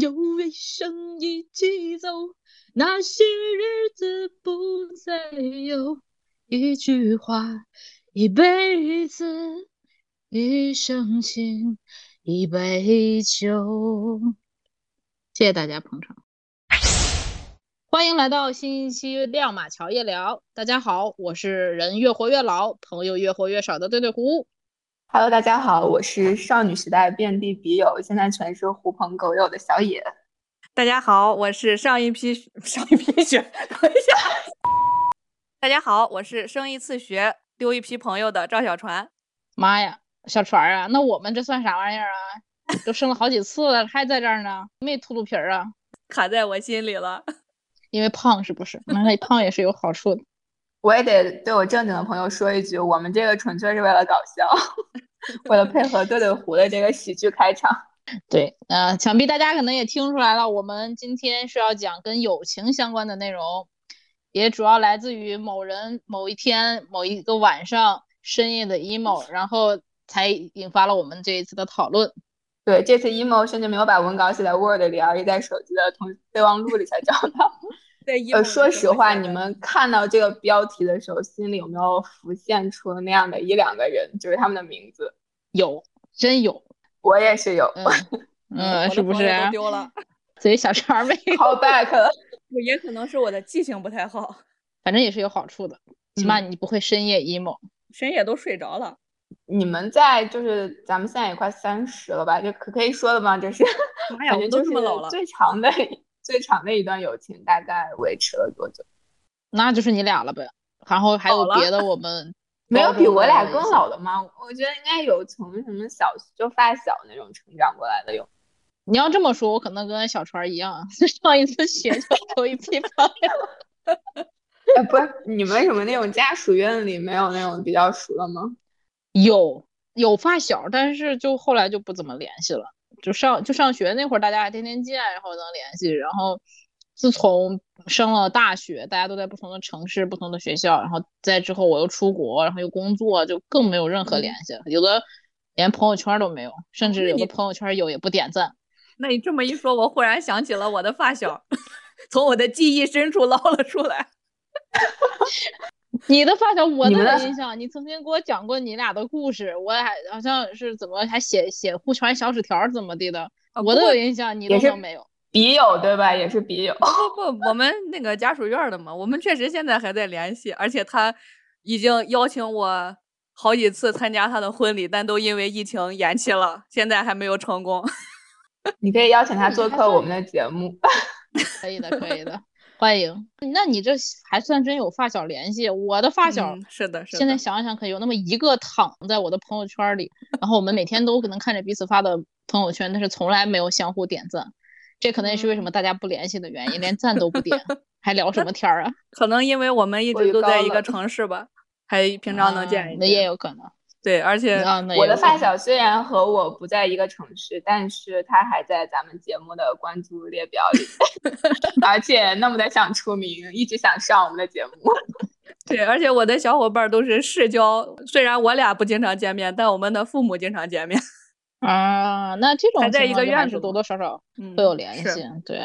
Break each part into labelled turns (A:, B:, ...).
A: 醉声一起走，那些日子不再有。一句话，一辈子，一生情，一杯酒。谢谢大家捧场，欢迎来到新一期《亮马桥夜聊》。大家好，我是人越活越老，朋友越活越少的对对胡。
B: Hello，大家好，我是少女时代遍地笔友，现在全是狐朋狗友的小野。
C: 大家好，我是上一批上一批学，等一下。大家好，我是升一次学丢一批朋友的赵小船。
A: 妈呀，小船儿啊，那我们这算啥玩意儿啊？都升了好几次了，还在这儿呢，没秃噜皮儿啊？
C: 卡在我心里了。
A: 因为胖是不是？那你胖也是有好处的。
B: 我也得对我正经的朋友说一句，我们这个纯粹是为了搞笑， 为了配合对对胡的这个喜剧开场。
A: 对，呃，想必大家可能也听出来了，我们今天是要讲跟友情相关的内容，也主要来自于某人某一天某一个晚上深夜的 emo，然后才引发了我们这一次的讨论。
B: 对，这次 emo 甚至没有把文稿写在 Word 里，而是在手机的同备忘录里才找到。
C: 对，
B: 呃，说实话，你们看到这个标题的时候，心里有没有浮现出那样的一两个人，就是他们的名字？
A: 有，真有，
B: 我也是 有。
A: 嗯，嗯是不是？
C: 丢 了，
A: 所以小肠没
B: call back 了。
C: 也可能是我的记性不太好，
A: 反正也是有好处的，起码
B: 嗯
A: 你不会深夜 emo，、
C: 嗯、深夜都睡着了。
B: 你们在就是咱们现在也快三十了吧？这可可以说了吗？这是，
C: 妈哎 呀，
B: 我
C: 们都这么老了。
B: 最长的最长的一段友情大概维持了多久？
A: 那就是你俩了呗。然后还有别的，我们
B: 没有比我俩更老的吗？我觉得应该有从什么小就发小那种成长过来的有。
A: 你要这么说，我可能跟小川一样， 上一次学就有一批朋友。
B: 哎，不是你们什么那种家属院里没有那种比较熟的吗？
A: 有有发小，但是就后来就不怎么联系了。就上就上学那会儿，大家还天天见，然后能联系。然后自从升了大学，大家都在不同的城市、不同的学校。然后在之后我又出国，然后又工作，就更没有任何联系了。有的连朋友圈都没有，甚至有的朋友圈有也不点赞。
C: 那你这么一说，我忽然想起了我的发小， 从我的记忆深处捞了出来。
A: 你的发小， 我都没印象。你曾经给我讲过你俩的故事，我还好像是怎么还写写互传小纸条怎么地的，
C: 啊
A: 哦、我都有印象，你都没有。
B: 笔友对吧？也是笔友。
C: 不不，我们那个家属院的嘛，我们确实现在还在联系，而且他已经邀请我好几次参加他的婚礼，但都因为疫情延期了，现在还没有成功。
B: 你可以邀请他做客我们的节目，
A: 可以的，可以的，欢迎。那你这还算真有发小联系，我的发小、
C: 嗯、是的，是的。
A: 现在想想，可有那么一个躺在我的朋友圈里，然后我们每天都可能看着彼此发的朋友圈，但是从来没有相互点赞。这可能也是为
C: 嗯
A: 什么大家不联系的原因，连赞都不 点，还聊什么天儿啊？
C: 可能因为我们一直都在一个城市吧，还平常能见一
A: 面、嗯，那也有可能。啊
C: 对，而且
B: 我的发小虽然和我不在一个城市，但是他还在咱们节目的关注列表里，而且那么的想出名，一直想上我们的节目。
C: 对，而且我的小伙伴都是世交，虽然我俩不经常见面，但我们的父母经常见面。
A: 啊，那这种
C: 还在一个院
A: 子，多多少少会有联系。嗯、对，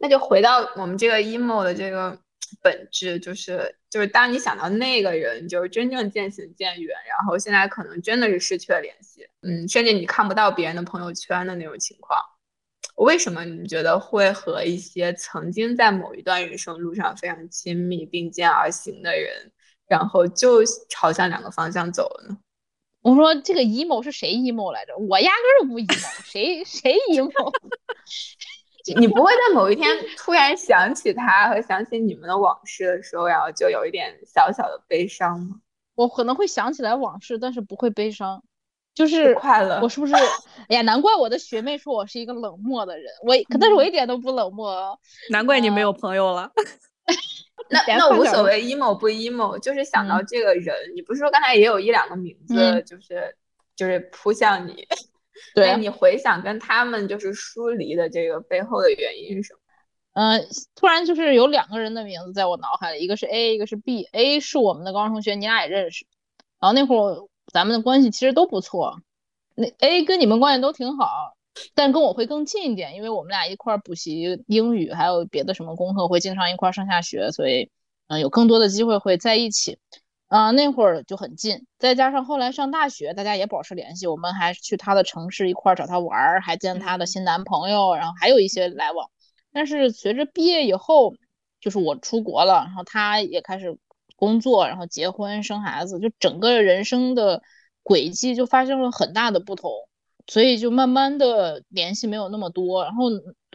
B: 那就回到我们这个 emo 的这个。本质就是就是，当你想到那个人，就是真正渐行渐远，然后现在可能真的是失去了联系，嗯，甚至你看不到别人的朋友圈的那种情况。为什么你觉得会和一些曾经在某一段人生路上非常亲密、并肩而行的人，然后就朝向两个方向走了呢？
A: 我说这个 emo 是谁 emo 来着？我压根儿就不 emo，谁谁 emo？
B: 你不会在某一天突然想起他和想起你们的往事的时候，然后就有一点小小的悲伤吗？
A: 我可能会想起来往事，但是不会悲伤，就是
B: 快乐。
A: 我是不是？哎呀，难怪我的学妹说我是一个冷漠的人，我可但是我一点都不冷漠哦。
C: 难怪你没有朋友了。
B: 那那无所谓，emo 不 emo，就是想到这个人。嗯、你不是说刚才也有一两个名字，嗯、就是就是扑向你。
A: 对
B: 你回想跟他们就是疏离的这个背后的原因是什么？
A: 嗯、呃，突然就是有两个人的名字在我脑海里，一个是 A，一个是 B。A 是我们的高中同学，你俩也认识。然后那会儿咱们的关系其实都不错，那 A 跟你们关系都挺好。但跟我会更近一点，因为我们俩一块儿补习英语，还有别的什么功课，会经常一块儿上下学，所以嗯、呃有更多的机会会在一起。啊、那会儿就很近，再加上后来上大学，大家也保持联系，我们还去她的城市一块儿找她玩儿，还见她的新男朋友，然后还有一些来往。但是随着毕业以后，就是我出国了，然后她也开始工作，然后结婚生孩子，就整个人生的轨迹就发生了很大的不同，所以就慢慢的联系没有那么多，然后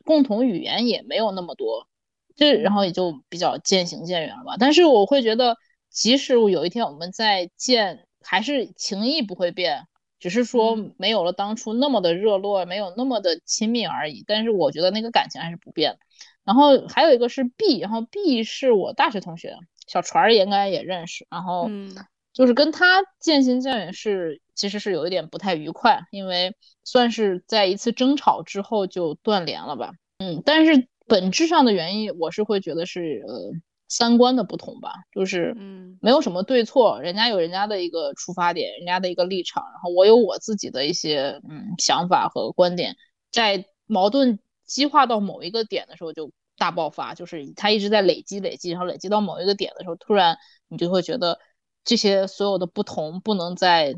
A: 共同语言也没有那么多，这然后也就比较渐行渐远了吧。但是我会觉得，即使我有一天我们再见，还是情谊不会变，只是说
B: 嗯
A: 没有了当初那么的热络，没有那么的亲密而已。但是我觉得那个感情还是不变的。然后还有一个是 B，然后 B 是我大学同学，小船儿也应该也认识，然后
C: 嗯
A: 就是跟他渐行渐远是其实是有一点不太愉快，因为算是在一次争吵之后就断联了吧。嗯，但是本质上的原因，我是会觉得是呃三观的不同吧，就是
C: 嗯
A: 没有什么对错，人家有人家的一个出发点，人家的一个立场，然后我有我自己的一些嗯想法和观点，在矛盾激化到某一个点的时候就大爆发，就是它一直在累积累积，然后累积到某一个点的时候，突然你就会觉得这些所有的不同不能在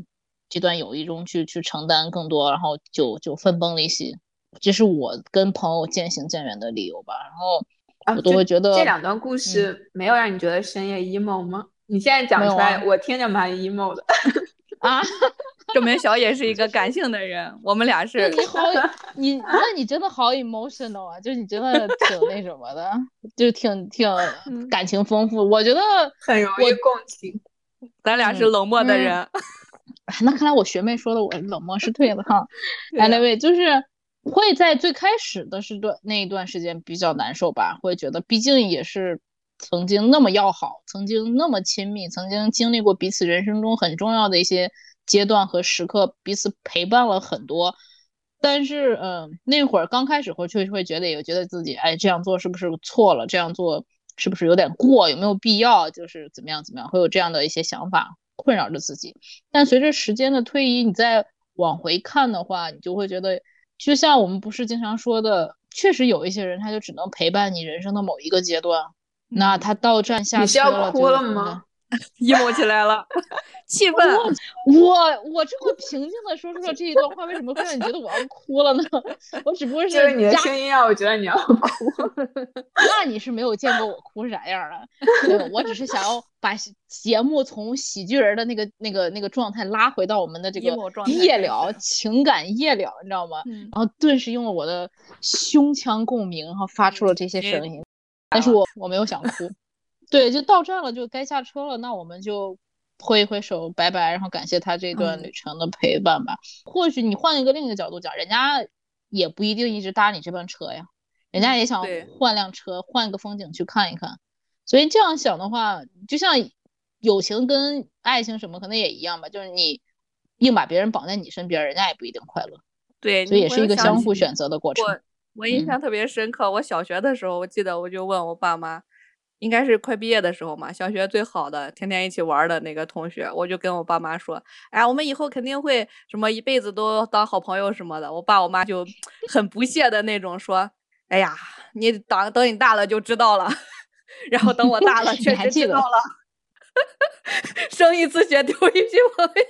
A: 这段友谊中去去承担更多，然后就就分崩离析。这是我跟朋友渐行渐远的理由吧。然后
B: 啊
A: 我都
B: 这
A: 会觉得嗯
B: 这两段故事没有让你觉得深夜 emo 吗？你现在讲
A: 没有
B: 出来，
A: 啊
B: 我听着蛮 emo 的。
A: 啊，
C: 证明小野是一个感性的人，我们俩是
A: 你好，你那你真的好 emotional 啊，就是你真的挺那什么的，就挺挺
C: 嗯
A: 感情丰富。我觉得
B: 很容易共情。
C: 咱俩是
A: 嗯
C: 冷漠的
A: 嗯
C: 人。
A: 那看来我学妹说的我冷漠是对的哈。
C: 对啊
A: Anyway，就是会在最开始的是段那一段时间比较难受吧，会觉得毕竟也是曾经那么要好，曾经那么亲密，曾经经历过彼此人生中很重要的一些阶段和时刻，彼此陪伴了很多。但是，嗯，那会儿刚开始会就会觉得，也觉得自己，哎，这样做是不是错了？这样做是不是有点过？有没有必要？就是怎么样怎么样，会有这样的一些想法困扰着自己。但随着时间的推移，你再往回看的话，你就会觉得，就像我们不是经常说的，确实有一些人他就只能陪伴你人生的某一个阶段。那他到站下
B: 嗯你是要
A: 车了
B: 哭
A: 就
B: 了
A: 真的
B: 吗
C: emo 起来了， 气氛
A: 我我这么平静的说出了这一段话，为什么会让你觉得我要哭了呢？ 我只不过是
B: 就是你的
A: 加
B: 声音让我觉得你要哭。
A: 那你是没有见过我哭是啥样儿啊？对我只是想要把喜节目从喜剧人儿的那个、那个、那个状态拉回到我们的这个
C: emo 状态
A: 夜
C: 开
A: 聊、
C: 始
A: 情感夜聊，你知道吗？
C: 嗯
A: 然后顿时用了我的胸腔共鸣，然后发出了这些
C: 你
A: 声音。但
C: 啊
A: 是我我没有想 哭，对，就到站了，就该下车了，那我们就挥一挥手，拜拜，然后感谢他这段
C: 嗯
A: 旅程的陪伴吧。或许你换一个另一个角度讲，人家也不一定一直搭你这班车呀，人家也想
C: 嗯对
A: 换辆车，换个风景去看一看。所以这样想的话，就像友情跟爱情什么，可能也一样吧，就是你硬把别人绑在你身边，人家也不一定快乐，
C: 对，
A: 所以也
C: 我
A: 是
C: 又
A: 一个
C: 想
A: 相
C: 起
A: 互选择的过程。
C: 我我印
A: 嗯
C: 象特别深刻，我小学的时候，我记得我就问我爸妈，应该是快毕业的时候嘛，小学最好的，天天一起玩儿的那个同学，我就跟我爸妈说，哎，我们以后肯定会什么一辈子都当好朋友什么的。我爸我妈就很不屑的那种说，哎呀，你等等你大了就知道了。 然后等我大 了，
A: 你
C: 确
A: 还
C: 实
A: 记
C: 知
A: 得
C: 道了。 生一次血丢一批朋友。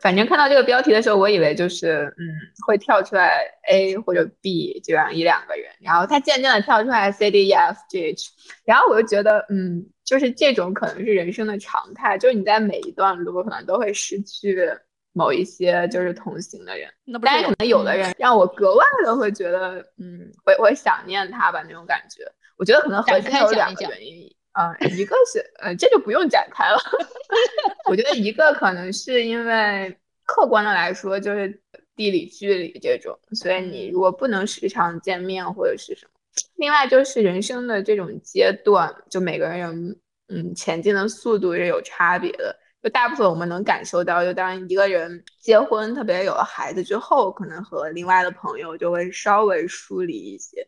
B: 反正看到这个标题的时候，我以为就是嗯会跳出来 A 或者 B 这样一两个人，然后他渐渐的跳出来 C D E F G H，然后我就觉得嗯就是这种可能是人生的常态，就是你在每一段路可能都会失去某一些就是同行的人。
C: 那不
B: 但
C: 是
B: 是
C: 我
B: 可能有
A: 嗯
B: 的人让我格外的会觉得，嗯，会会想念他吧，那种感觉。我觉得可能核
A: 展
B: 心
A: 开
B: 有
A: 讲
B: 两
A: 一
B: 个
A: 讲
B: 原因，嗯、一个是，呃，这就不用展开了。 我觉得一个可能是因为客观的来说，就是地理距离这种，所以你
C: 嗯
B: 如果不能时常见面或者是什么，另外就是人生的这种阶段，就每个人嗯前进的速度是有差别的。就大部分我们能感受到，就当一个人结婚，特别有了孩子之后，可能和另外的朋友就会稍微疏离一些。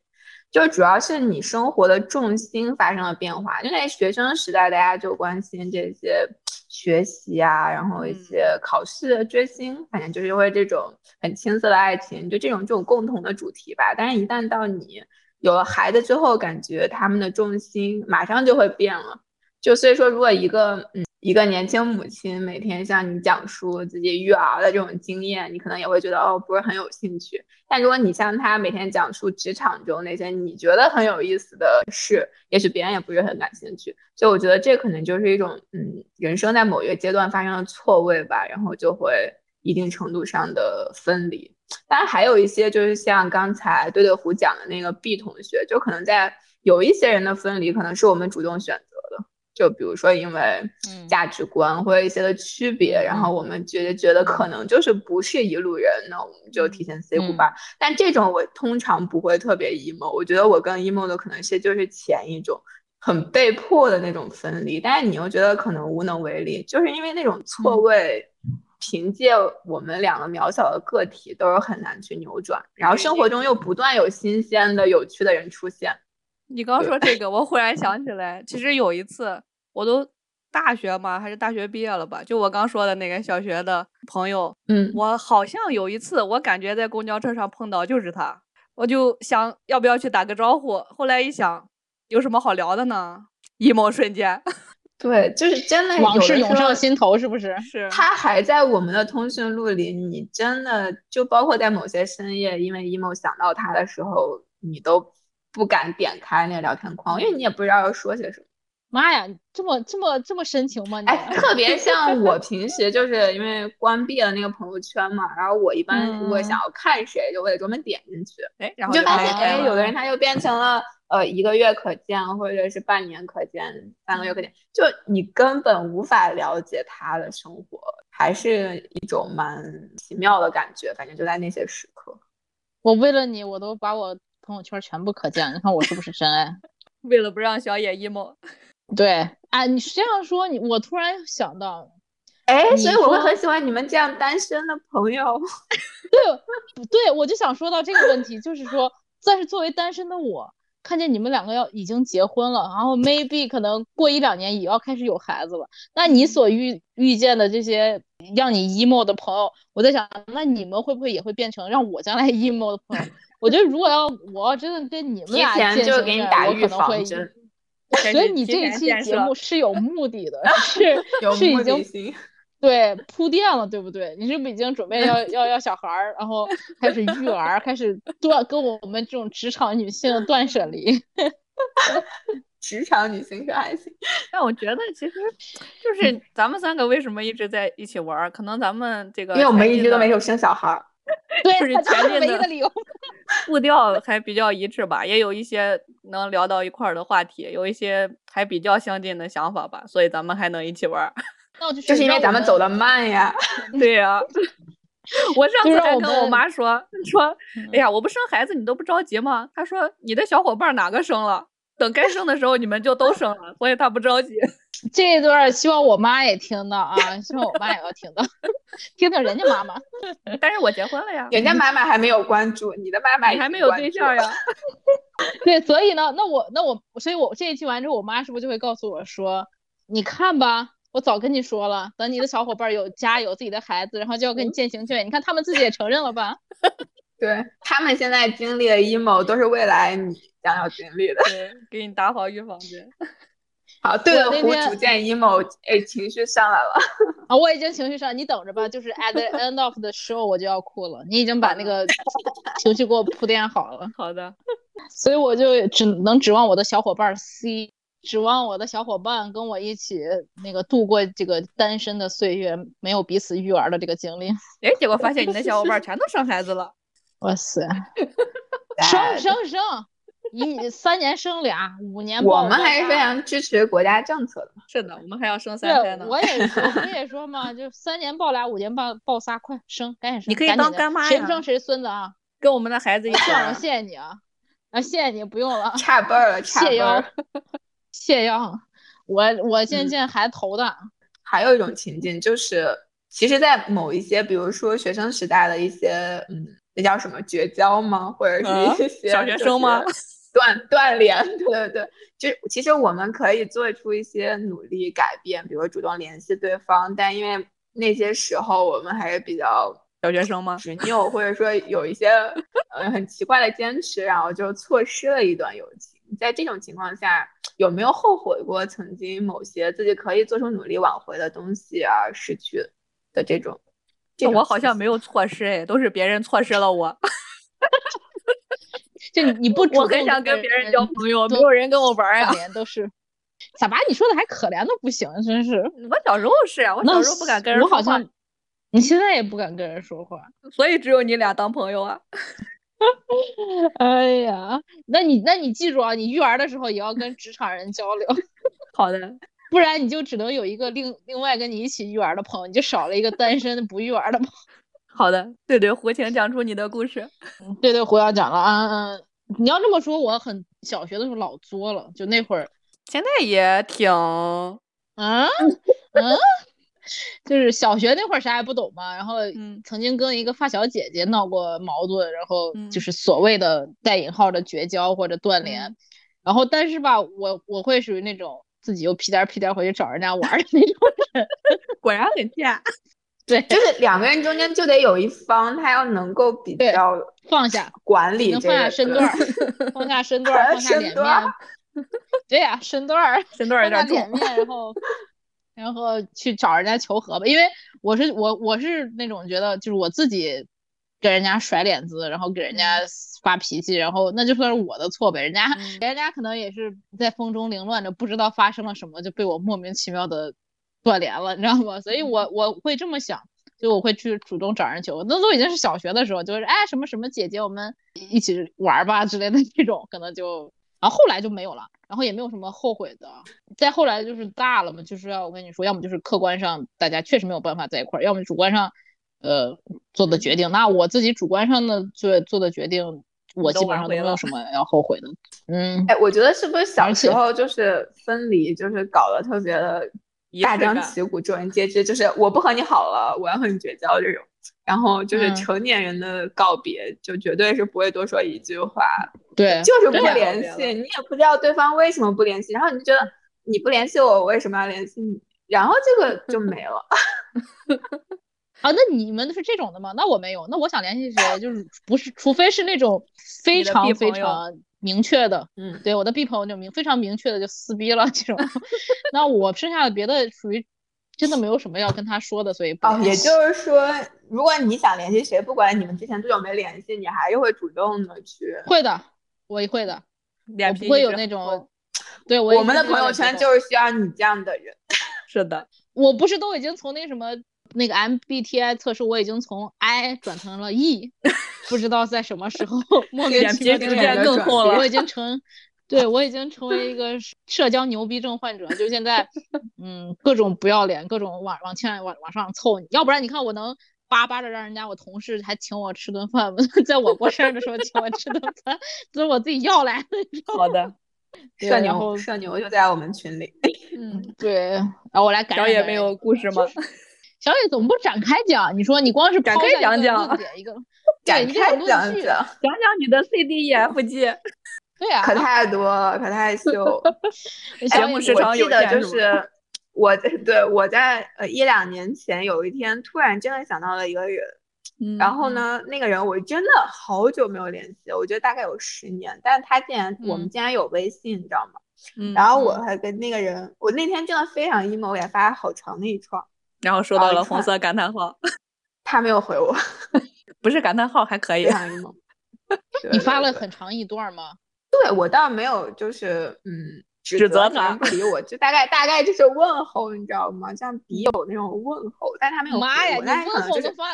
B: 就主要是你生活的重心发生了变化。因为学生时代大家就关心这些学习啊，然后一些考试、追星，反正就是会这种很青涩的爱情，就这种这种共同的主题吧。但是，一旦到你有了孩子之后，感觉他们的重心马上就会变了。就所以说，如果一个嗯。一个年轻母亲每天向你讲述自己育儿的这种经验，你可能也会觉得哦不是很有兴趣。但如果你向她每天讲述职场中那些你觉得很有意思的事，也许别人也不是很感兴趣。所以我觉得这可能就是一种嗯人生在某一个阶段发生的错位吧，然后就会一定程度上的分离。当然还有一些就是像刚才对对胡讲的那个 B 同学，就可能在有一些人的分离可能是我们主动选择的。就比如说，因为价值观或者一些的区别，
A: 嗯
B: 然后我们觉得觉得可能就是不是一路人，那我们就提
A: 嗯
B: 前 say goodbye、但这种我通常不会特别 emo，我觉得我跟 emo 的可能是就是前一种很被迫的那种分离，但是你又觉得可能无能为力，就是因为那种错
A: 嗯
B: 位。凭借我们两个渺小的个体都是很难去扭转，然后生活中又不断有新鲜的、有趣的人出现，
C: 你刚说这个，我忽然想起来，其实有一次我都大学嘛，还是大学毕业了吧？就我刚说的那个小学的朋友，
B: 嗯，
C: 我好像有一次，我感觉在公交车上碰到就是他，我就想要不要去打个招呼。后来一想，有什么好聊的呢？一某瞬间
B: 对，就是真的
A: 往
B: 有
A: 事
B: 的
A: 涌
B: 时候
A: 上心头，是不是？
C: 是
B: 它还在我们的通讯录里，你真的就包括在某些深夜，因为 emo 想到它的时候，你都不敢点开那个聊天框，因为你也不知道要说些什么。
A: 妈呀，这么这么这么深情吗你？啊
B: 哎，特别像我平时就是因为关闭了那个朋友圈嘛，然后我一般如果
A: 嗯
B: 想要看谁，就我得专门点进去，
C: 哎，然
B: 你
C: 后
B: 就发
C: 打
B: 现
C: 开
B: 哎，
C: 了
B: 有的人他就变成了呃一个月可见，或者是半年可见，三个月可见，就你根本无法了解他的生活，还是一种蛮奇妙的感觉。反正就在那些时刻，
A: 我为了你，我都把我朋友圈全部可见，你看我是不是真爱？
C: 为了不让小野 emo，
A: 对，哎，你这样说，你我突然想到，
B: 哎，
A: 你
B: 所以我会
A: 说
B: 很喜欢你们这样单身的朋友。
A: 不对，我就想说到这个问题，就是说，但是作为单身的我，看见你们两个要已经结婚了，然后 maybe 可能过一两年也要开始有孩子了，那你所遇遇见的这些让你 emo 的朋友，我在想，那你们会不会也会变成让我将来 emo 的朋友？我觉得如果要我要真的跟你们
B: 提
A: 俩
B: 前
A: 渐
B: 就
A: 行
B: 给你
A: 渐远
B: 打
A: 我
B: 预
A: 可能
B: 防
A: 会
B: 针
C: 赶
A: 所以
C: 紧
A: 你
C: 提
A: 这一
C: 前
A: 期
C: 建
A: 节
C: 设
A: 目是有目的 的，是
B: 有
A: 是
B: 目
A: 已
B: 的
A: 经
B: 性，
A: 对铺垫了，对不对？你是不是已经准备要要要小孩儿，然后开始育儿，开始断跟我们这种职场女性断舍离？
B: 职场女性是爱情。
C: 但我觉得其实就是咱们三个为什么一直在一起玩儿，可能咱们这个
B: 因为我们
C: 前
B: 一
C: 进
B: 直都没
C: 的
B: 有生小孩儿，
A: 对，
C: 就是
A: 它就是
C: 前面
A: 唯一
C: 的
A: 的理由。
C: 步调还比较一致吧，也有一些能聊到一块儿的话题，有一些还比较相近的想法吧，所以咱们还能一起 玩儿。
A: 那我就是
B: 就是因为
A: 让
B: 咱
A: 我
B: 们走得慢 呀。
C: 对呀、 我上
A: 就
C: 次
A: 让
C: 还
A: 我
C: 跟我
A: 们
C: 妈说说，哎
A: 嗯
C: 呀，我不生孩子你都不着急吗？她说你的小伙伴哪个生了，等该生的时候你们就都生了，所以她不着急。
A: 这一段儿希望我妈也听到啊，希望我妈也要听到， 听听人家妈妈。
C: 但是我结婚了呀，
B: 人家妈妈还没有关注，你的妈妈
C: 你还
B: 已经
C: 没有
B: 关
C: 对
B: 注
C: 象
B: 了
C: 呀。
A: 对，所以呢，那我那我，所以我这一期完之后，我妈是不是就会告诉我说，你看吧，我早跟你说了，等你的小伙伴有家有自己的孩子，然后就要跟你渐行渐远。你看他们自己也承认了吧？
B: 对他们现在经历的 emo 都是未来你将要经历的。
C: 对，给你打好预防针。
B: 好，啊对
A: 我
B: 的，
A: 那
B: 胡
A: 天
B: 逐渐 emo，哎，情绪上来 了。
A: 啊，我已经情绪上，你等着吧，就是 at the end of the show 我就要哭了。你已经把那个情绪给我铺垫好了，
C: 好的，
A: 所以我就只能指望我的小伙伴 C，指望我的小伙伴跟我一起那个度过这个单身的岁月，没有彼此育儿的这个经历。
C: 哎，结果发现你的小伙伴儿全都生孩子了。
A: 哇塞！
B: 哎
A: 生生生，一三年生俩，五年
B: 我
A: 抱
B: 们
A: 抱
B: 还是非
A: 仨
B: 常支持国家政策的。
C: 是的，我们还要生三胎呢
A: 对，。我也说，我也说嘛，就三年抱俩，五年抱抱仨，快生，赶紧生，
C: 你可以
A: 赶紧
C: 当
A: 的
C: 干妈
A: 谁
C: 呀
A: 不生谁孙子啊！
C: 跟我们的孩 子一起
A: 相
C: 玩
A: 声
C: 儿。
A: 谢谢你啊，啊谢谢你，不用了，
B: 差辈儿了，差
A: 谢
B: 辈
A: 邀
B: 儿。，
A: 谢邀，我我现在
B: 嗯
A: 见孩子头大，
B: 还有一种情境就是，其实，在某一些，比如说学生时代的一些，嗯，那叫什么绝交吗？或者是
C: 啊
B: 一些、
C: 小学生吗？
B: 断断联，对对对，就是其实我们可以做出一些努力改变，比如主动联系对方，但因为那些时候我们还是比较
C: 小学生吗？
B: 执拗，或者说有一些呃很奇怪的坚持，然后就错失了一段友情。在这种情况下，有没有后悔过曾经某些自己可以做出努力挽回的东西而失去的这种？这种
C: 我好像没有错失，哎，都是别人错失了我。
A: 就你不主
C: 我很
A: 动
C: 想跟别人交朋友，没啊
A: 都
C: 有人跟我玩儿呀
A: 可。怜都是。咋把你说的还可怜的不行，真是。
C: 我小时候是啊呀，我
A: 那
C: 小时候不敢跟人
A: 我
C: 说
A: 好
C: 话，
A: 像，你现在也不敢跟人说 话。
C: 所以只有你俩当朋友啊。
A: 哎呀，那你那你记住啊，你育儿的时候也要跟职场人交流，
C: 好的，
A: 不然你就只能有一个另另外跟你一起育儿的朋友，你就少了一个单身不育儿的朋友。
C: 好的，对对，胡晴讲出你的故事。
A: 对对，胡瑶讲了啊，嗯，你要这么说，我很小学的时候老作了，就那会儿
C: 现在也挺，
A: 啊 嗯，就是小学那会儿啥也不懂嘛，然后
C: 嗯
A: 曾经跟一个发小姐姐闹过矛盾，然后
C: 嗯
A: 就是所谓的带引号的绝交或者断联，
C: 嗯
A: 然后但是吧，我我会属于那种自己又屁颠儿屁颠儿回去找人家玩儿的那种，
C: 果然很贱。
A: 对，
B: 就是两个人中间就得有一方，他要能够比
A: 对
B: 较
A: 放 下，
B: 管理
A: 能
B: 这
A: 放下
B: 个
A: 身段 儿，放下身段儿， 放下
B: 身
A: 脸
B: 段儿
A: 面，对呀、身段儿。
C: 身段儿有
A: 放
C: 点
A: 大脸面，然
C: 重，
A: 后 然后去找人家求和吧。因为我是我我是那种觉得就是我自己给人家甩脸子，然后给人家发脾气，然后那就算是我的错呗。人家、
C: 嗯
A: 人家可能也是在风中凌乱着，不知道发生了什么，就被我莫名其妙的断联了，你知道吗？所以我
C: 嗯
A: 我会这么想。所以我会去主动找人求，那都已经是小学的时候，就是哎什么什么姐姐，我们一起玩儿吧之类的 这种，可能就，然后后来就没有了，然后也没有什么后悔的，再后来就是大了嘛，就是要我跟你说，要么就是客观上大家确实没有办法在一块儿，要么主观上，呃做的决定。那我自己主观上的做做的决定，我
C: 你
A: 基
C: 都
A: 本
C: 挽
A: 上都
C: 回
A: 没
C: 了
A: 有什么要后悔的。嗯，
B: 哎，我觉得是不是小
A: 而
B: 时
A: 且
B: 候就是分离，就是搞得特别的
C: 仪
B: 大
C: 式
B: 张
C: 感
B: 旗鼓、众人皆知，就是我不和你好了，我要和你绝交这种。然后就是
A: 嗯
B: 成年人的告别，就绝对是不会多说一句话，
A: 对，
B: 就是
A: 对
B: 不
A: 啊
B: 联
C: 告
B: 系，
C: 别了
B: 你也不知道对方为什么不联系，然后你就觉得你不联系我，我为什么要联系你？然后这个就没了。
A: 啊，那你们是这种的吗？那我没有，那我想联系谁，就是不是，除非是那种非
C: 你的
A: 常
C: B
A: 非
C: 朋友
A: 常明确的，
B: 嗯，
A: 对我的 B 朋友就明非常明确的就撕逼了这种。 那我剩下的别的属于真的没有什么要跟他说的，所以不
B: 哦，
A: 联
B: 也
A: 系
B: 就是说，如果你想联系谁，不管你们之前多久没联系，你还是会主动的去。
A: 会的，我也会的。
C: 脸
A: 我
C: 皮
A: 不会
C: 一
A: 有
C: 直
A: 那
C: 很
A: 种
C: 厚，
A: 对我
B: 我
A: 一
B: 们
A: 直
B: 的朋友
A: 有这
B: 圈
A: 种
B: 就是需要你这样的人。
C: 是的，
A: 我不是都已经从那什么那个 MBTI 测试，我已经从 I 转成了 E，不知道在什么时候莫名
C: 脸
A: 其
C: 皮
A: 妙
B: 这
C: 逐
A: 就
B: 个两
C: 渐
B: 个
C: 更
B: 转
C: 厚
B: 变
C: 了
A: 我。已经成，对我已经成为一个社交牛逼症患者，就现在，嗯，各种不要脸，各种往往前往往上凑，要不然你看我能巴巴的让人家我同事还请我吃顿饭 吗？在我过生日的时候请我吃顿饭， 这是我自己要来的，你知道 吗？
C: 好的，
A: 对
B: 社
A: 然后
B: 牛，社牛就在我们群里。
C: 嗯，
A: 对，然后我来感
C: 小
A: 染
C: 野
A: 感
C: 没
A: 染
C: 有故事吗？
A: 小野总不展开讲，你说你光是
C: 展
A: 抛
C: 开
A: 下一
C: 讲
A: 个
C: 讲
A: 论点 一个，对
B: 展
A: 你这
B: 开
A: 种
B: 讲
A: 论据，
B: 讲，
C: 讲讲你的 C D E F G，
A: 对 啊，
B: 可太多了，可太秀。
A: 小
C: 节
A: 野
C: 目
A: 我
C: 时长
B: 我记
C: 有
B: 得
C: 限
B: 就是
C: 吗
B: 是 我在对我在呃一两年前有一天突然真的想到了一个人，
C: 嗯
B: 然后呢，那个人我真的好久没有联系了，我觉得大概有十年，但是他竟然我们
A: 嗯
B: 竟然有微信，你知道吗？
C: 嗯，嗯，
B: 然后我还跟那个人，我那天真的非常 emo，我给他发了好长的一串，
C: 然后收
B: 然后
C: 到
B: 一
C: 了红
B: 看
C: 色感叹号，
B: 他没有回我，
C: 不是感叹号还可以
B: 非，常 emo。对
A: 你发
B: 对
A: 了
B: 对
A: 很长一段吗？
B: 对我倒没有，就是嗯，指
C: 指责
B: 别 人
C: 他
B: 不理我，就大概大概就是问候，你知道吗？像笔友那种问候，但他没有
A: 妈
B: 回
A: 呀，
B: 我
A: 你
B: 但是可
A: 问
B: 能
A: 候
B: 就
A: 能
B: 是
A: 发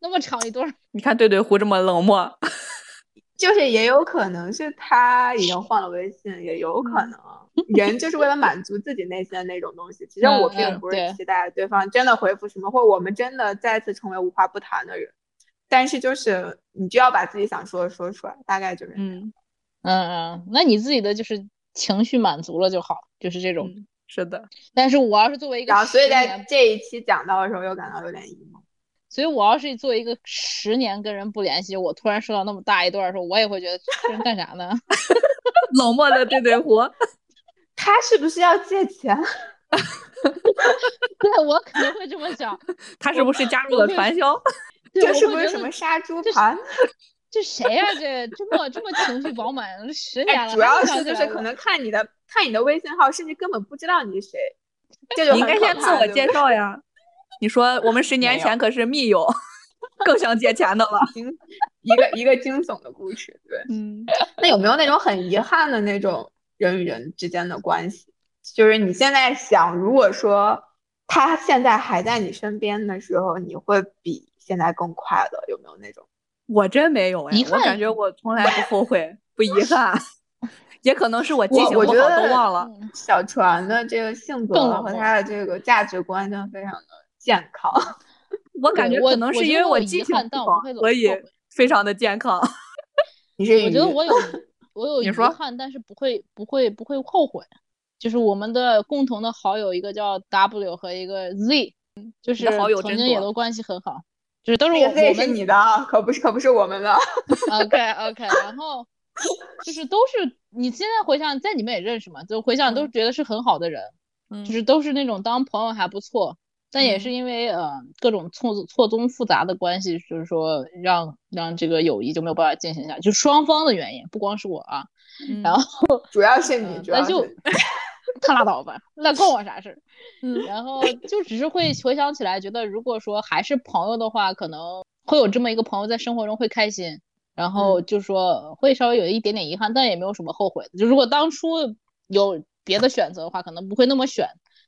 A: 那么长一段，
C: 你看对对胡这么冷漠，
B: 就是也有可能是他已经换了微信，也
A: 嗯
B: 有可能 人就是为了满足自己内心的那种东西。其实
A: 嗯
B: 我
A: 嗯
B: 并不
A: 对
B: 是期待对方真的回复什么，或我们真的再次成为无话不谈的人，但是就是你就要把自己想说的说出来，大概就是这样。
C: 嗯
A: 嗯嗯，那你自己的就是情绪满足了就好，就是这种。
C: 嗯，是的，
A: 但是我要是作为一个
B: 然后所以
A: 十
B: 在
A: 年，
B: 这一期讲到的时候，又感到有点 emo。
A: 所以我要是作为一个十年跟人不联系，我突然收到那么大一段的时候，我也会觉得这人干啥呢？
C: 冷漠的对对胡。
B: 他是不是要借钱？
A: 对我肯定会这么想，
C: 他是不是加入了传销？
A: 对
B: 这是
A: 我
B: 不
A: 会
B: 是
A: 觉
B: 什
A: 得
B: 么杀猪
A: 这是
B: 盘？
A: 这谁呀、这这么这么情绪饱满，十年
B: 哎，
A: 了，
B: 主要
A: 还
B: 是
A: 想起
B: 就
A: 来
B: 是
A: 了
B: 可能看你的看你的微信号，甚至根本不知道你是谁，这就
C: 你应
B: 很
C: 该
B: 可
C: 先自
B: 怕
C: 我
B: 对不
C: 介
B: 对
C: 绍呀。你说我们十年
B: 没有
C: 前可是密友，更想借钱的了。
B: 惊一个一个惊悚的故事。对，
C: 嗯，
B: 那有没有那种很遗憾的那种人与人之间的关系？就是你现在想，如果说他现在还在你身边的时候，你会比现在更快乐？有没有那种？
C: 我真没有哎
A: 遗，
C: 我
A: 憾
C: 感觉我从来不后悔，不遗憾， 也可能是我记
B: 我
C: 性
B: 我
C: 不
B: 觉
C: 好
B: 得
C: 都忘了。
A: 嗯
B: 小船的这个性
A: 更
B: 格
A: 冷
B: 和
A: 漠
B: 他的这个价值观真的非常的健康。
C: 我感
A: 对
C: 觉
A: 我
C: 可能
A: 我
C: 是
A: 觉
C: 因
A: 得
C: 为
A: 我有
C: 记
A: 遗
C: 性
A: 憾
C: 不
A: 但我
C: 好
A: 不会，冷
C: 所以
A: 后悔
C: 非常的健康。
B: 你是
A: 我觉得
B: 鱼
A: 我有我有
C: 你
A: 遗
C: 说
A: 憾，但是不会不会不会后悔。就是我们的共同的好友，一个叫 W 和一个 Z，就是
C: 好友
A: 曾
C: 真
A: 经也
C: 多
A: 都关系很好，就是都是
B: 这
A: 我
B: 个这
A: 我
B: 是
A: 们
B: 你的啊，可不是可不是我们的。啊
A: OK OK，然后就是都是你现在回想，在你们也认识嘛，就回想都
C: 嗯
A: 觉得是很好的人，
C: 嗯
A: 就是都是那种当朋友还不错，但也是因为呃各种错错综复杂的关系，就是说让让这个友谊就没有办法进行下去，就双方的原因，不光是我啊， 然后
B: 主要是你，
A: 嗯
B: 主要
A: 那
B: 是
A: 就
B: 你
A: 他拉倒吧，那关我啥事儿？
C: 嗯
A: 然后就只是会回想起来，觉得如果说还是朋友的话，可能会有这么一个朋友在生活中会开心，然后
B: 嗯
A: 就说会稍微有一点点遗憾，但也没有什么后悔的。就如果当初有别的选择的话，可能不会那么选，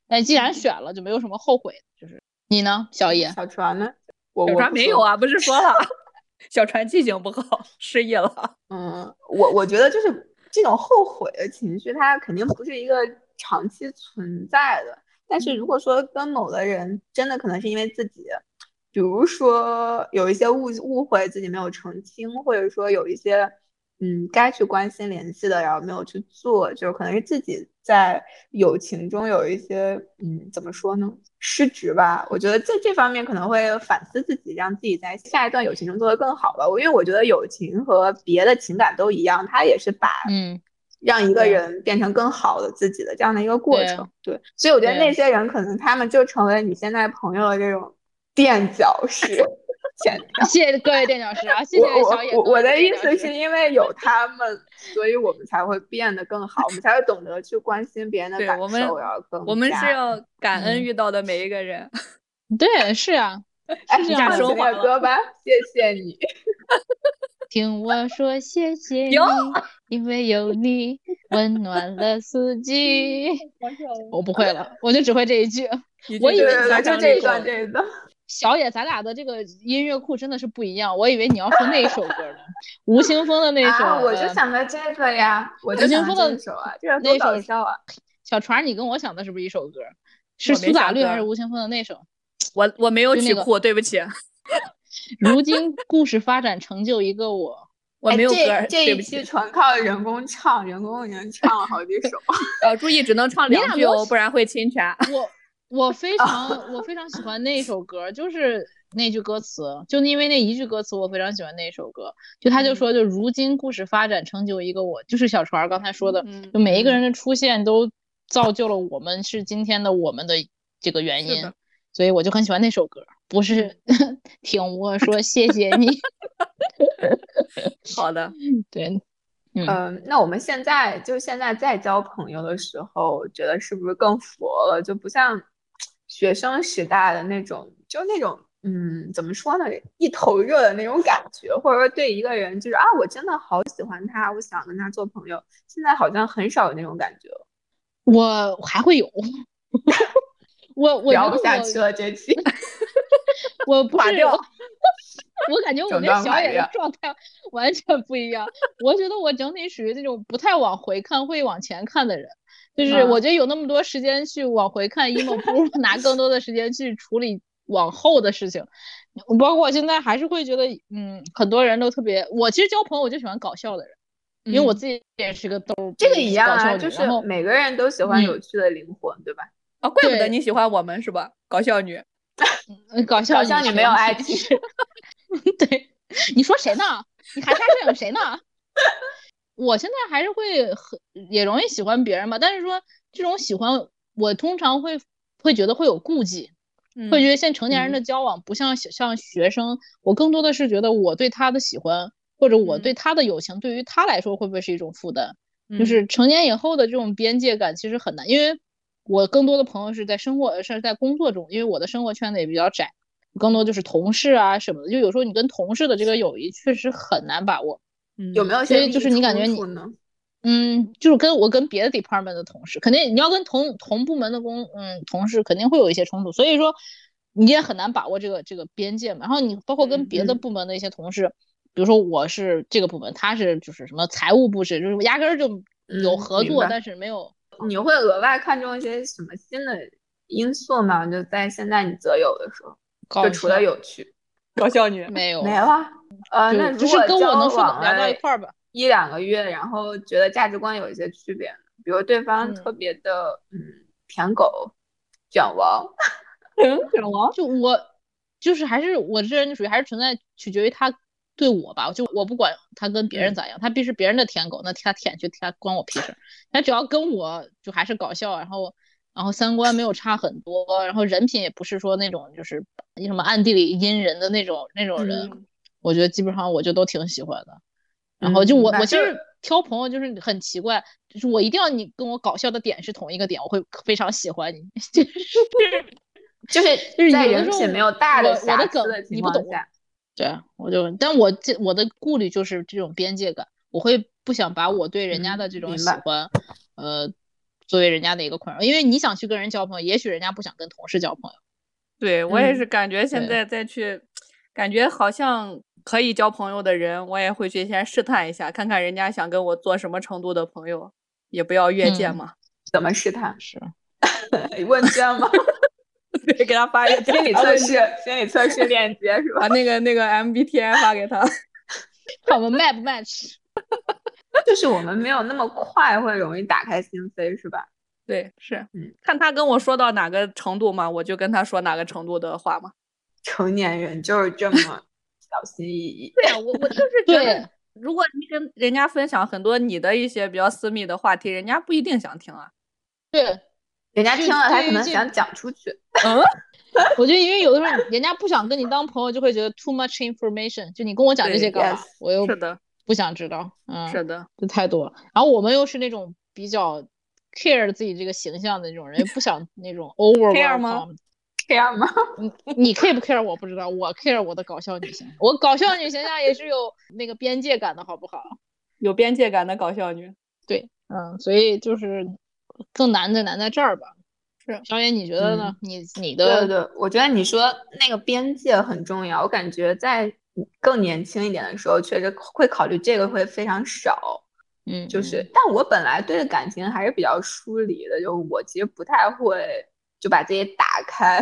A: 但既
B: 嗯
A: 然选了，就没有什么后悔。就是你呢，小野？
B: 小船呢？我
C: 小
B: 我
C: 船
B: 不
C: 没
B: 说
C: 有啊，不是说了， 小船记性不好，失忆了。
B: 嗯，我我觉得就是这种后悔的情绪，它肯定不是一个长期存在的。但
A: 嗯
B: 是如果说跟某个人真的可能是因为自己，比如说有一些误误会自己没有澄清，或者说有一些嗯该去关心联系的，然后没有去做，就是可能是自己在友情中有一些嗯怎么说呢失职吧。我觉得在这方面可能会反思自己，让自己在下一段友情中做得更好吧。我因为我觉得友情和别的情感都一样，它也是把
A: 嗯，
B: 让一个
A: 对
B: 人变成更好的自己的这样的一个过
A: 对
B: 程。对，所以我觉得
A: 对
B: 那些人可能他们就成为你现在朋友的这种垫脚石。 天哪
A: 谢谢各位垫脚石啊，谢谢
B: 我我
A: 小野。
B: 我我的意
A: 各位垫
B: 思
A: 脚
B: 是
A: 石，
B: 因为有他们，所以我们才会变得更好，我们才会懂得去关心别人的
C: 对
B: 感
C: 我们
B: 受，然后更
C: 我们是
B: 加
C: 要感
A: 嗯
C: 恩遇到的每一个人。
A: 对，是啊。
B: 哎，
A: 这
B: 你
A: 样
B: 唱
A: 的
B: 起
C: 升华
B: 那个
C: 了
B: 歌吧，谢谢你。
A: 听我说，谢谢你
C: 有，
A: 因为有你温暖了四季。 我不会了，我就只会这一句。
C: 已
A: 我
C: 经
A: 以为
B: 对对
C: 是
A: 你
B: 对，
A: 要
B: 就
A: 唱
B: 这
A: 这
B: 一段，
A: 首
B: 这一段。
A: 小野，咱俩的这个音乐库真的是不一样。我以为你要说那一首歌呢，吴青峰的那一首。
B: 啊，我就
A: 呃
B: 想到这个呀，我就
A: 吴青
B: 想到
A: 峰
B: 这
A: 的
B: 首啊，这个
A: 那
B: 多搞
A: 首
B: 笑啊！
A: 小船，你跟我想的是不是一首歌？是
C: 我没
A: 苏打
C: 想
A: 绿还
C: 歌
A: 是吴青峰的那首？
C: 我我没有
A: 就那
C: 起
A: 个
C: 库，对不起，
A: 如今故事发展成就一个我。
C: 我
B: 哎
C: 没有歌
B: 这
C: 儿，
B: 这
C: 对不
B: 一期
C: 起。
B: 纯靠人工唱，人工已经唱了好几首。
C: 呃，注意只能唱
A: 你俩
C: 两句
A: 没有
C: 哦，不然会侵权。
A: 我我非常我非常喜欢那一首歌，就是那句歌词，就因为那一句歌词，我非常喜欢那一首歌。就他就
C: 嗯
A: 说，就如今故事发展成就一个我，就是小船儿刚才说的，
C: 嗯
A: 就每一个人的出现都造就了我们是今天的我们的这个原
C: 是
A: 因
C: 的，
A: 所以我就很喜欢那首歌，不是 听我说谢谢你，
C: 好的，
A: 对，嗯，
B: 嗯，那我们现在就现在再交朋友的时候，我觉得是不是更佛了？就不像学生时代的那种，就那种嗯，怎么说呢，一头热的那种感觉，或者说对一个人就是啊，我真的好喜欢他，我想跟他做朋友。现在好像很少有那种感觉了，
A: 我还会有， 我我
B: 聊
A: 觉得
B: 不下
A: 我嗯
B: 去了这期。
A: 我不
B: 垮
A: 是我，
B: 掉
A: 我感觉我
B: 整
A: 跟
B: 段
A: 小
B: 垮
A: 野
B: 掉
A: 的状态 完全不一样。我觉得我整体属于那种不太往回看，会往前看的人。就是
B: 嗯
A: 我觉得有那么多时间去往回看 emo，不如拿更多的时间去处理往后的事情。包括我现在还是会觉得，嗯，很多人都特别。我其实交朋友我就喜欢搞笑的人，因为我
B: 嗯
A: 自己也是个逗儿，
B: 这个一样
A: 嗯搞笑
B: 啊，
A: 女
B: 就
A: 然
B: 是
A: 后
B: 每个人都喜欢
A: 嗯
B: 有趣的灵魂，对吧？
C: 啊，怪不得
A: 对
C: 你喜欢我们是吧？搞笑女，
A: 嗯搞笑
B: 搞笑女没 有
A: IG，对，你说谁呢？你还猜摄影谁呢？ 我现在还是会很也容易喜欢别人吧，但是说这种喜欢，我通常会会觉得会有顾忌，
C: 嗯
B: 嗯
A: 会觉得现在成年人的交往不像小像学生，我更多的是觉得我对他的喜欢或者我
C: 嗯
A: 对他的友情，对于他来说会不会是一种负担？
C: 嗯
A: 就是成年以后的这种边界感其实很难，因为我更多的朋友是在生活是在工作中，因为我的生活圈子也比较窄，更多就是同事啊什么的，就有时候你跟同事的这个友谊确实很难把握。
C: 嗯
B: 有没有一
A: 嗯所
B: 些
A: 以
B: 利益
A: 就是你感觉
B: 冲
A: 你
B: 突呢？
A: 嗯，就是跟我跟别的 department 的同事，肯定你要跟同同部门的工，嗯，同事肯定会有一些冲突，所以说你也很难把握这个这个边界嘛。然后你包括跟
B: 嗯
A: 别的
B: 嗯
A: 部门的一些同事，比如说我是这个部门，他是就是什么财务部是，就是压根儿就有
B: 嗯
A: 合
B: 明
A: 作，
B: 白
A: 但是没有。
B: 你会额外看重一些什么新的因素吗？就在现在你择友的时候，
A: 告
B: 就
A: 诉
B: 除
A: 你
B: 了有趣，
C: 搞笑女，
A: 没哦有
B: 没了。呃，那
A: 就
B: 如
A: 只是
B: 果
A: 跟
B: 交
A: 我能说
B: 往
A: 聊到一
B: 了
A: 块儿吧。
B: 一两个月，然后觉得价值观有一些区别呢，比如对方
A: 嗯
B: 特别的嗯舔狗、卷 王，
C: 卷王，
A: 就我就是还是我这人就属于还是存在取决于他对我吧，就我不管他跟别人咋样，他必是别人的舔狗，那他舔去他关我屁事儿。他只要跟我就还是搞笑，然后然后三观没有差很多，然后人品也不是说那种就是什么暗地里阴人的那种那种人，
C: 嗯
A: 我觉得基本上我就都挺喜欢的。然后就
B: 嗯
A: 我、
B: 那
A: 我其
B: 这
A: 实挑朋友就是很奇怪，就是我一定要你跟我搞笑的点是同一个点，我会非常喜欢你。
B: 就是
A: 就是
B: 在
A: 有的
B: 人
A: 时候
B: 品没有大
A: 我
B: 的
A: 我的
B: 瑕疵
A: 梗
B: 的情
A: 你不
B: 况
A: 懂
B: 下，
A: 对，啊我就，但我这我的顾虑就是这种边界感，我会不想把我对人家
C: 嗯
A: 的这种
B: 明
A: 喜
B: 白
A: 欢，呃，作为人家的一个困扰，因为你想去跟人交朋友，也许人家不想跟同事交朋友。
C: 对我也
B: 嗯
C: 是感觉现
A: 对
C: 在再去，感觉好像可以交朋友的人，我也会去先试探一下，看看人家想跟我做什么程度的朋友，也不要越界
A: 嗯
C: 嘛。
B: 怎么试探？
A: 是，
B: 问卷吗？
C: 对，给他发一个
B: 心
A: 啊
B: 理测试，心理测试链接是吧？
C: 把那个那个 MBTI 发给他。
A: 看我们 match 不 match。
B: 就是我们没有那么快会容易打开心扉，是吧？
C: 对，是
B: 嗯，
C: 看他跟我说到哪个程度嘛，我就跟他说哪个程度的话嘛。
B: 成年人就是这么小心翼翼。
C: 对呀、啊我我 就是觉
A: 对
C: 得，，如果你跟人家分享很多你的一些比较私密的话题，人家不一定想听啊。
A: 对，
B: 人家
A: 就
B: 听了，他
A: 对
B: 可
A: 于
B: 能
A: 这
B: 想讲出去。
C: 嗯，
A: 我觉得因为有的时候人家不想跟你当朋友，就会觉得 too much information，就你跟我讲这
C: 对
A: 些干嘛
B: yes，？
A: 我又
C: 是的，
A: 不想知道。嗯，
C: 是的，
A: 这太多了。然后我们又是那种比较 care 自己这个形象的那种人，不想那种 over
C: Care 吗
A: welcome
B: 这样吗？
A: 你你 care 不 care 我不知道，我 care 我的搞笑女形象，我搞笑女形象也是有那个边界感的，好不好？
C: 有边界感的搞笑女。
A: 对，嗯，所以就是更难的难在这儿吧。
C: 是
A: 小野，你觉得呢？你你的
B: 嗯对对，我觉得你说那个边界很重要。我感觉在更年轻一点的时候，确实会考虑这个会非常少。
A: 嗯，
B: 就是，但我本来对感情还是比较疏离的，就我其实不太会就把自己打开，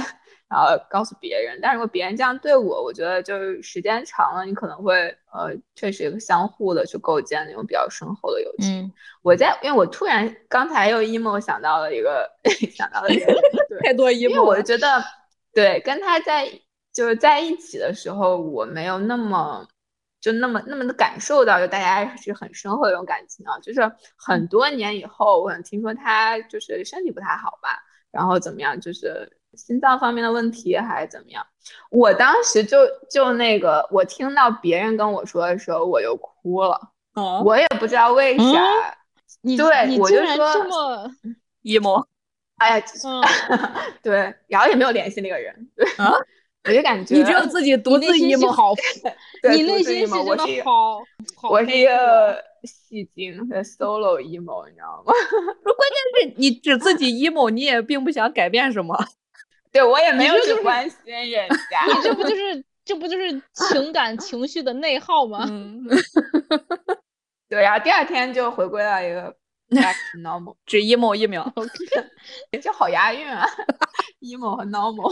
B: 然后告诉别人。但如果别人这样对我，我觉得就是时间长了，你可能会呃，确实相互的去构建那种比较深厚的友情。
A: 嗯
B: 我在，因为我突然刚才又 emo 想到了一个， 想到了一个，对，
C: 太多一
B: 因为
C: 幕
B: 我
C: 了
B: 觉得，对，跟他在就是在一起的时候，我没有那么就那么那么的感受到，就大家是很深厚的一种感情啊。就是很多年以后，我想听说他就是身体不太好吧，然后怎么样，就是心脏方面的问题还是怎么样。我当时就就那个，我听到别人跟我说的时候，我就哭了，
C: 啊
B: 我也不知道为啥。
A: 你
B: 对
A: 你
B: 我
A: 竟
B: 就
A: 然
B: 说
A: 这么
C: emo，
B: 哎呀，
A: 嗯，
B: 对，然后也没有联系那个人，对
C: 啊，
B: 我就感觉
C: 你只有自己独
A: 你
C: 自
A: 内心戏
C: emo，
A: 好，
B: 对
A: 你
B: 独
A: 内
B: 自
A: 心戏
B: emo，
A: 真
B: 我是
A: 的
B: 一个
A: 好，好
B: 我是一
A: 丰富啊
B: 个戏精的 solo emo，你知道吗？
C: 但是你只自己 emo，你也并不想改变什么。
B: 对我也没有
A: 这就
B: 去
A: 是
B: 关心人家，
A: 你这不就是这不就是情感情绪的内耗吗？
C: 嗯，
B: 对，然后第二天就回归到一个 back to normal，
C: 只 emo 一 秒。
B: 这好押韵啊 ，emo 和 normal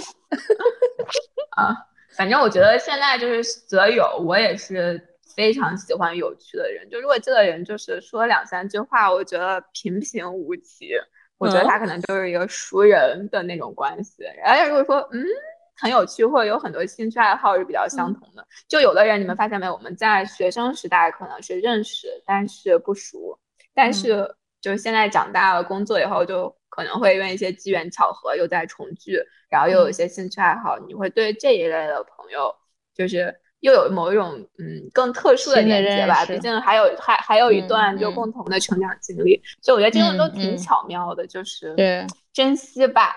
B: 啊，反正我觉得现在就是择友，我也是非常喜欢有趣的人。就如果这个人就是说两三句话，我觉得平平无奇，我觉得
C: 嗯
B: 他可能就是一个熟人的那种关系。而且如果说嗯很有趣，或者有很多兴趣爱好是比较相同的。就有的人，你们发现没有？我们在学生时代可能是认识，但是不熟；但
A: 嗯
B: 是就是现在长大了，工作以后，就可能会因为一些机缘巧合又在重聚，然后又
A: 嗯
B: 有一些兴趣爱好，你会对这一类的朋友，就是又有某一种嗯更特殊的
A: 新的
B: 连接吧。
A: 认识
B: 毕竟还有还还有一
A: 嗯
B: 段就
A: 嗯
B: 共同的成长经历，所以我觉得这种都
A: 嗯嗯
B: 挺巧妙的，就是
A: 对，嗯
B: 珍惜吧。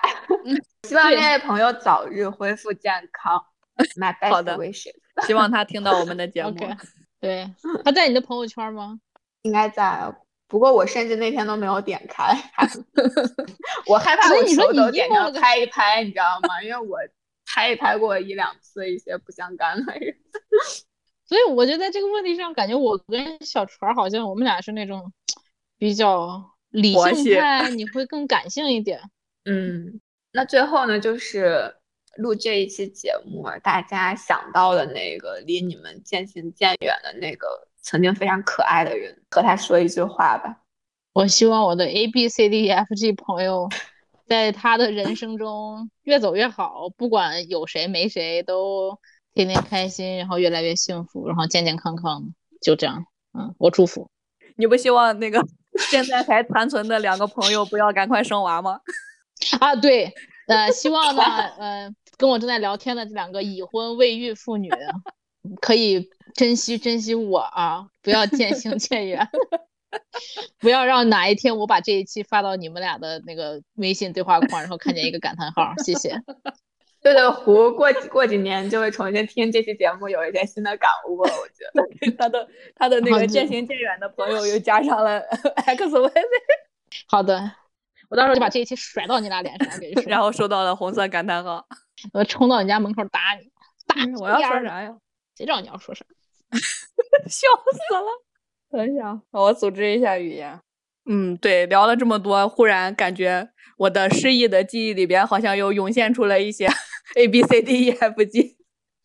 B: 希望
C: 对
B: 那位朋友早日恢复健 康。My best
C: 好的
B: wishes。
C: 希望他听到我们的节目。
A: OK 对，他在你的朋友圈吗？
B: 应该在，不过我甚至那天都没有点开， 我害怕
A: 所以
B: 我
A: 你说
B: 手
A: 你
B: 抖点
A: emo
B: 着
A: 的
B: 拍一拍，你知道吗？因为我拍一拍过一两次一些不相干的人。
A: 所以我觉得在这个问题上，感觉我跟小船儿好像我们俩是那种比较理
C: 佛系
A: 性派，你会更感性一点。
B: 嗯，那最后呢，就是录这一期节目，啊大家想到的那个离你们渐行渐远的那个曾经非常可爱的人，和他说一句话吧。
A: 我希望我的 A B C D E F G 朋友，在他的人生中越走越好，不管有谁没谁，都天天开心，然后越来越幸福，然后健健康康的，就这样。嗯，我祝福。
C: 你不希望那个 现在还残存的两个朋友不要赶快生娃吗？
A: 啊，对，呃，希望呢，呃，跟我正在聊天的这两个已婚未育妇女，可以珍惜珍惜我啊，不要渐行渐远， 不要让哪一天我把这一期发到你们俩的那个微信对话框，然后看见一个感叹号，谢谢。
B: 对对，胡过几过几年就会重新听这期节目，有一些新的感悟了，我觉得。
C: 他的他的那
A: 好
C: 个
A: 的
C: 渐行渐远的朋友又加上了 X Y Z，
A: 好 的，我到时候就把这一期甩到你俩脸上，给你
C: 然
A: 说，
C: 后收到了红色感叹号。
A: 我冲到你家门口打你，打
C: 嗯
A: 你
C: 我要
A: 丫
C: 说
A: 儿
C: 啥呀？
A: 谁知道你要说啥？
C: 笑死了！等一下，我组织一下语言。嗯，对，聊了这么多，忽然感觉我的失忆的记忆里边好像又涌现出了一些 A B C D E F G。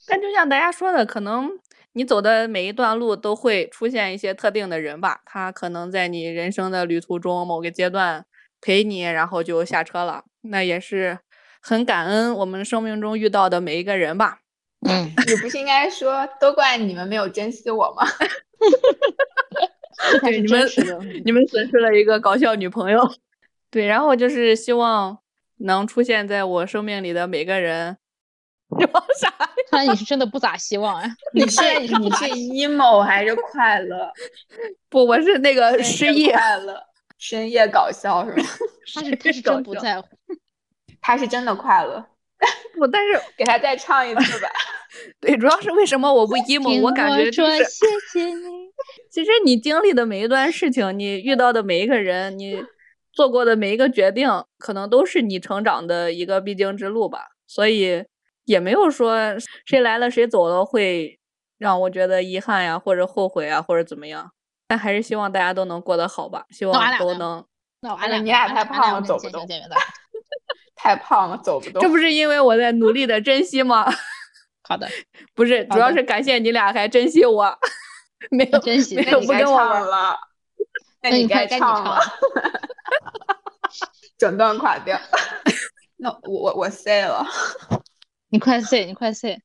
C: 但就像大家说的，可能你走的每一段路都会出现一些特定的人吧，他可能在你人生的旅途中某个阶段陪你，然后就下车了。那也是很感恩我们生命中遇到的每一个人吧。
A: 嗯，
B: 你不是应该说都怪你们没有珍惜我吗？
A: 这才是
C: 对你们
A: 真实的。
C: 你们损失了一个搞笑女朋友。 对，然后就是希望能出现在我生命里的每个人。 你望啥 呀？
A: 看来你是真的不咋希望啊。
B: 你是你是 emo 还是快乐？
C: 不，我是那个失
B: 深
C: 忆
B: 夜。快乐，深夜搞笑是吗？
A: 他是他是
C: 搞
A: 真不
C: 笑
A: 在乎。
B: 他是真的快乐，
C: 不，但是
B: 给他再唱一次吧。
C: 对，主要是为什么我不 emo？
A: 听
C: 我感觉就
A: 说
C: 是，
A: 谢谢你。
C: 其实你经历的每一段事情，你遇到的每一个人，你做过的每一个决定，可能都是你成长的一个必经之路吧。所以也没有说谁来了谁走了会让我觉得遗憾呀，或者后悔啊，或者怎么样。但还是希望大家都能过得好吧，希
A: 俺
C: 望
A: 俩
C: 都
A: 呢
C: 能。
A: 那我
B: 哎
A: 俺俩
B: 你俩
A: 俺俺
B: 太
A: 俩
B: 胖了
A: 我跟你
B: 走
A: 渐
B: 不
A: 行
B: 动
A: 渐远的。
B: 太胖了，走不动。
C: 这不是因为我在努力的珍惜吗？
A: 好 的，
C: 不是，主
A: 好
C: 要
A: 的
C: 是感谢你俩还珍惜我， 没 有
A: 珍惜
C: 没。
B: 那
C: 有
B: 你
C: 不
B: 该
C: 跟我玩
B: 唱
C: 儿。
B: 了，那
A: 那你快
B: 该
A: 该你
B: 唱
A: 唱
B: 了
A: 了，
B: 整段垮掉。 那我我我 say 了。
A: 你快 say，你快 say。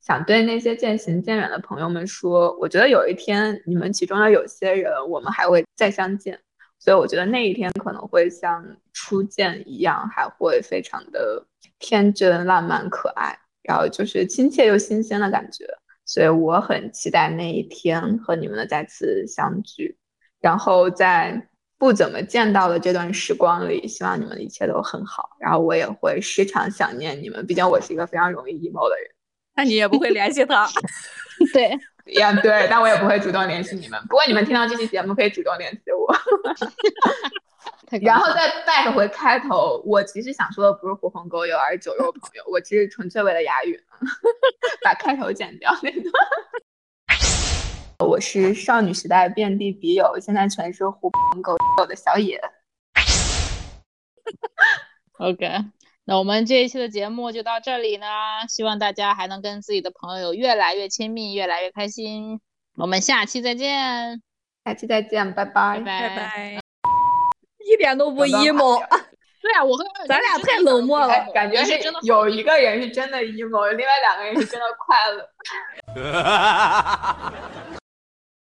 B: 想对那些渐行渐远的朋友们说，我觉得有一天你们其中的有些人，我们还会再相见，所以我觉得那一天可能会像初见一样，还会非常的天真、浪漫、可爱，然后就是亲切又新鲜的感觉，所以我很期待那一天和你们的再次相聚，然后在不怎么见到的这段时光里，希望你们一切都很好，然后我也会时常想念你们，毕竟我是一个非常容易 emo 的人。
C: 那你也不会联系他。
A: 对，
B: 呀对，但我也不会主动联系你们。不过你们听到这期节目可以主动联系我。
A: 太搞
B: 然后
A: 笑了
B: 再 back 回开头，我其实想说的不是狐朋狗友，而是酒肉朋友。我只是纯粹为了押韵， 把开头剪掉那段。我是少女时代遍地笔友，现在全是狐朋狗友的小野。
A: OK，那我们这一期的节目就到这里呢，希望大家还能跟自己的朋友越来越亲密，越来越开心。我们下期再见，
B: 下期再见，拜
A: 拜
B: 拜。
A: 拜。
C: 拜。一点都不
B: 刚刚
C: emo，
A: 对啊，我和
C: 咱俩太冷漠了
A: 哎
B: 感觉
A: 是
B: 是
A: 真的
B: 有一个人是真的 emo，另外两个人是真的快乐。